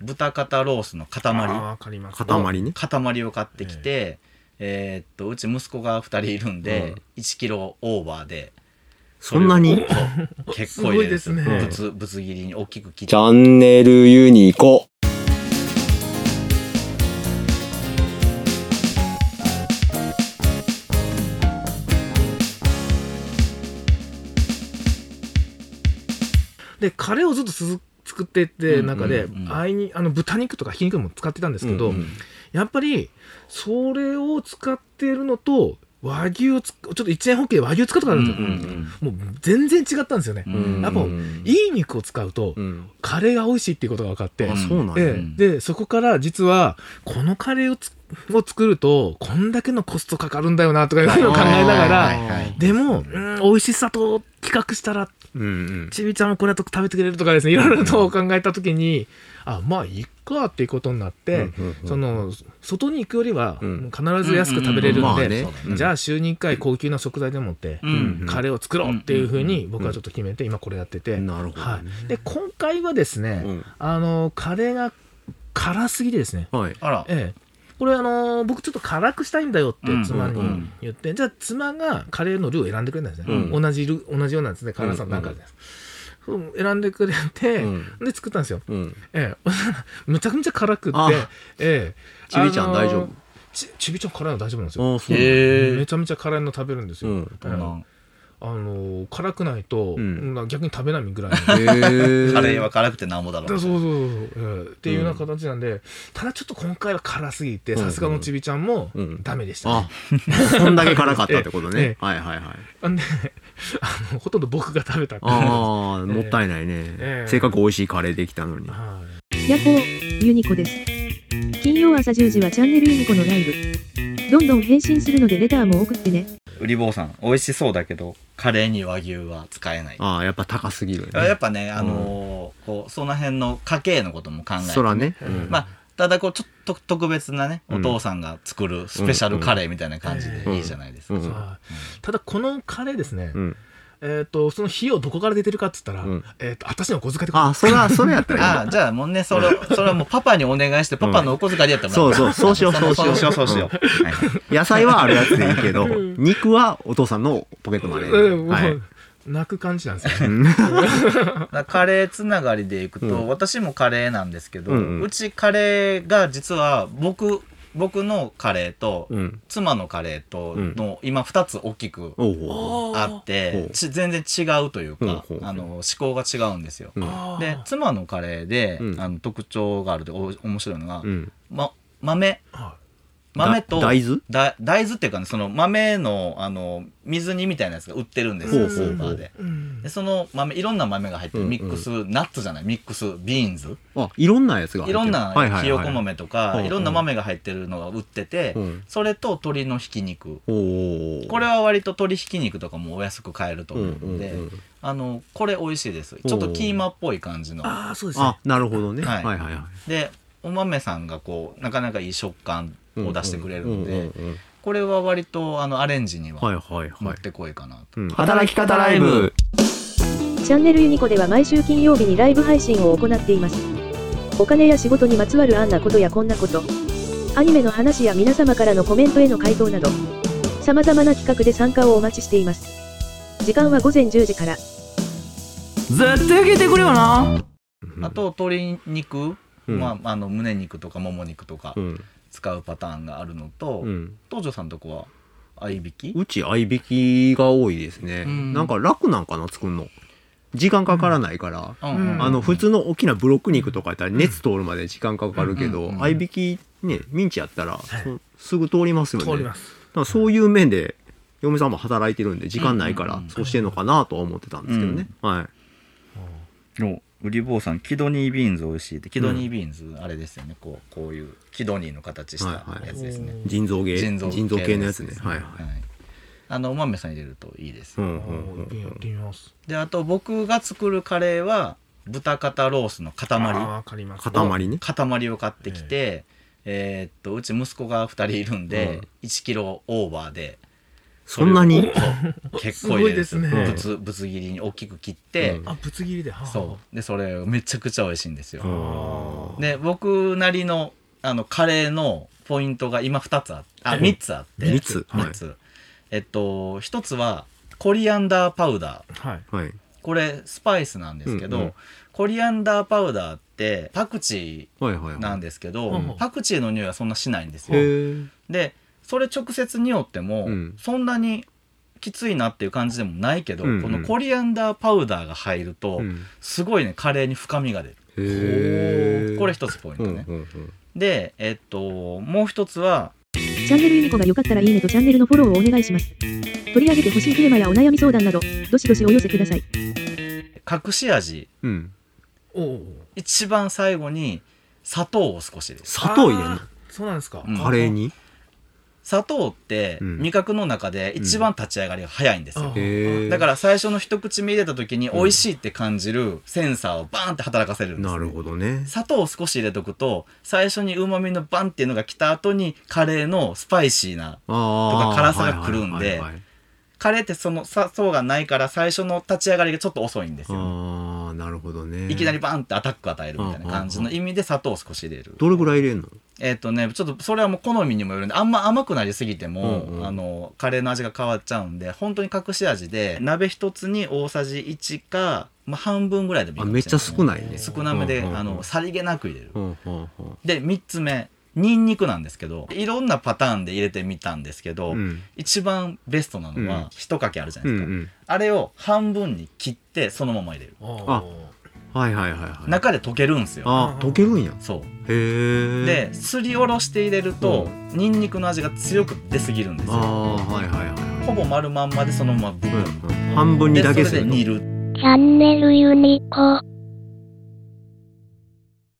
豚肩ロースの塊あーわかりますを塊ね塊を買ってきて、えーっとうち息子が2人いるんで、1キロオーバーでそんなに結構入れるんですよすごいですねぶつぶつ切りに大きく切っチてャンネルユニコ。でカレーをずっと続作ってって中で、うんうんうんあいにあの豚肉とかひき肉も使ってたんですけど、うんうんやっぱりそれを使ってるのと和牛をつちょっと一円ホッケーで和牛使うとかあるんですよ、もう全然違ったんですよね、うんやっぱうんいい肉を使うと、うんカレーが美味しいっていうことが分かって、うあんそうなんやええ、でそこから実はこのカレーをつを作るとこんだけのコストかかるんだよなとかいうのを考えながはいらはいはいでも、うん、美味しさと企画したらうんうんちびちゃんもこれと食べてくれるとかですねいろいろと考えた時にあまあいっかっていうことになって、その外に行くよりは、うんもう必ず安く食べれるまんあで、ねうんじゃあ週に1回高級な食材でもって、うんカレーを作ろうっていうふうに僕はちょっと決めて今これやってて、なるほどねはい、で今回はですね、うんあのカレーが辛すぎてですね、はいあらええ、これあの僕ちょっと辛くしたいんだよってうん妻にうんうん言って、じゃあ妻がカレーのルーを選んでくれたんですね、うん同じルー同じようなんですね辛さの中で、うん選んでくれて、うんで作ったんですよ、うんえ え、むちゃくちゃ辛くってあ、ええ、ちびちゃあんの大丈夫ちちびちゃん辛いの大丈夫なんですよああそうなんやへめえちゃめちゃ辛いの食べるんですよ、うんどうなんあの辛くないと、うんな逆に食べないぐらいの へえカレーは辛くてなんぼだろそううそうそうそう、ええっていうような形なんで、ただちょっと今回は辛すぎてうんさすがのちびちゃんもうんダメでした、ねあそんだけ辛かったってことえね えはいはいはいあんであのほとんど僕が食べたっていうああもったいないねえせっかく美味しいカレーできたのにはいヤッホー、ユニコです。金曜朝10時はチャンネルユニコのライブ。どんどん返信するのでレターも送ってね。売り坊さん美味しそうだけどカレーに和牛は使えないああやっぱ高すぎるよねやっぱねあのーこうその辺の家計のことも考えてそらねうんまあただこうちょっと特別なねうおん父さんが作るスペシャルカレーみたいな感じうんでいいじゃないですうかんはいただこのカレーですね、うんえっ、とその費用どこから出てるかっつったら、うんえっ、と私のお小遣いとかああそらそれ やったらいいああじゃあもうねそれそれはもうパパにお願いしてパパのお小遣いでやったらそうそうそうしようそうしようそそううしようしようはいはい野菜はあるやつでいいけど、肉はお父さんのポケットマネうんーもで。うはい。泣く感じなんですよ、だねからカレーつながりでいくと、うん私もカレーなんですけど、ううんうんちカレーが実は僕僕のカレーと、うん。妻のカレーとの、今2つ大きくおうおう。あっほてうち全然違うというか、ほうほうあの思考が違うんですよ。うんで妻のカレーで、うんあの特徴があるでお面白いのが、うん。ま、豆は豆とだ大豆だ大豆っていうかねその豆のあの水煮みたいなやつが売ってるんですほようスほうほうーパーで。うんでその豆いろんな豆が入ってるうんうんミックス、ナッツじゃないミックスビーンズあ、いろんなやつが入いってろる。んなはいはいはいひよこ。豆とうんうかんいろんな豆が入ってるのが売ってて、うんそれと鶏のひき肉おうおう。これは割と鶏ひき肉とかもお安く買えるとう思んううんんうで、ん。あのこれ美味しいですちょっとキーマっぽい感じのああそうですねあ、なるほどね。ははいいはいはい。でお豆さんがこうなかなかいい食感を出してくれるので、うんうんうんこれは割とあのアレンジにははいはい持はっい。てこいかなと、うん働き方ライブ。チャンネルユニコでは毎週金曜日にライブ配信を行っています。お金や仕事にまつわるあんなことやこんなこと、アニメの話や皆様からのコメントへの回答など、様々な企画で参加をお待ちしています。時間は午前10時から。絶対聞いてくれよなあと鶏肉、うんまあ、あの胸肉とかもも肉とかうん。使うパターンがあるのと、うん。東條さんとこは合いびきうち合いびきが多いですね。うんなんか楽なんかな、作るの。時間かからないから。うんあの普通の大きなブロック肉とかやったら熱通るまで時間かかるけうんうどんうん合いびきねミンチやったらいそすぐ通りますよね通りますだからそういう面で嫁さんも働いてるんで時間ないかうんらうんうんそうしてんのかなとは思ってたんですけどね、はいのウリ坊さんキドニービーンズ美味しいってキドニービーンズ、あれですよねこうこういうキドニーの形したはいはいやつですね、腎臓系腎腎臓臓系のやつねですはいはい、はいあのお豆さん入れるといいです、うんあうんうんーやってみますであと僕が作るカレーは豚肩ロースのあー塊わかります塊ね塊を買ってきて、えーっとうち息子が2人いるんで、1キロオーバーでそんなに結構入れるんですよすごいですぶねつぶつ切りに大きく切って、うんあぶつ切りではあそうでそれめちゃくちゃ美味しいんですよ、あで僕なりのあのカレーのポイントが今2つあってあ3つあって三つはい三つえっと1つはコリアンダーパウダーはい。はい。これスパイスなんですけど、うんうんコリアンダーパウダーってパクチはいはいーは。ないんですけど、うんパクチーの匂いはそんなしないんですへよーでそれ直接匂っても、うんそんなにきついなっていう感じでもないけど、うんうんこのコリアンダーパウダーが入ると、うんすごいねカレーに深みが出るへーこれ一つポイントうね、んうんうんでえっともう一つはチャンネルユニコが良かったらいいねとチャンネルのフォローをお願いします。取り上げてほしいテーマやお悩み相談など、どしどしお寄せください。隠し味うん。おお。一番最後に砂糖を少しです砂糖入れんのあーそうなんですか。うんカレーに砂糖ってうん味覚の中で一番立ち上がりが早いんですよ、あへーだから最初の一口目入れた時に美味しいって感じるセンサーをバーンって働かせるんですなね、るほどね。砂糖を少し入れとくと最初にうまみのバンっていうのが来た後にカレーのスパイシーなあーとか辛さが来るんではいはいはいはいカレーってその砂糖がないから最初の立ち上がりがちょっと遅いんですよ、ああ、なるほどね。いきなり。バンってアタック与えるみたいな感じの意味で砂糖を少し入れるどれぐらい入れんのえっ、とねちょっとそれはもう好みにもよるんであんま甘くなりすぎても、うんうんあのカレーの味が変わっちゃうんで本当に隠し味で鍋一つに大さじ1か、まあ、半分ぐらいでもいいあ、かめもっしれちゃ少ないね。少なめで、うんうんうんあのさりげなく入れる、うんうんうんで3つ目ニンニクなんですけどいろんなパターンで入れてみたんですけど、うん一番ベストなのうんは一かけあるじゃなういんですか、うん。あれを半分に切ってそのまま入れる、あはいはいはいはい。中で溶けるんですよあー、溶けるんや。そうへえ。ですりおろして入れるとニンニクの味が強く出すぎるんですあよあ、はいはいはほぼ丸まんまでそのままブい。ブうんうん半分にでだけそすれでるの。煮るチャンネルユニコ。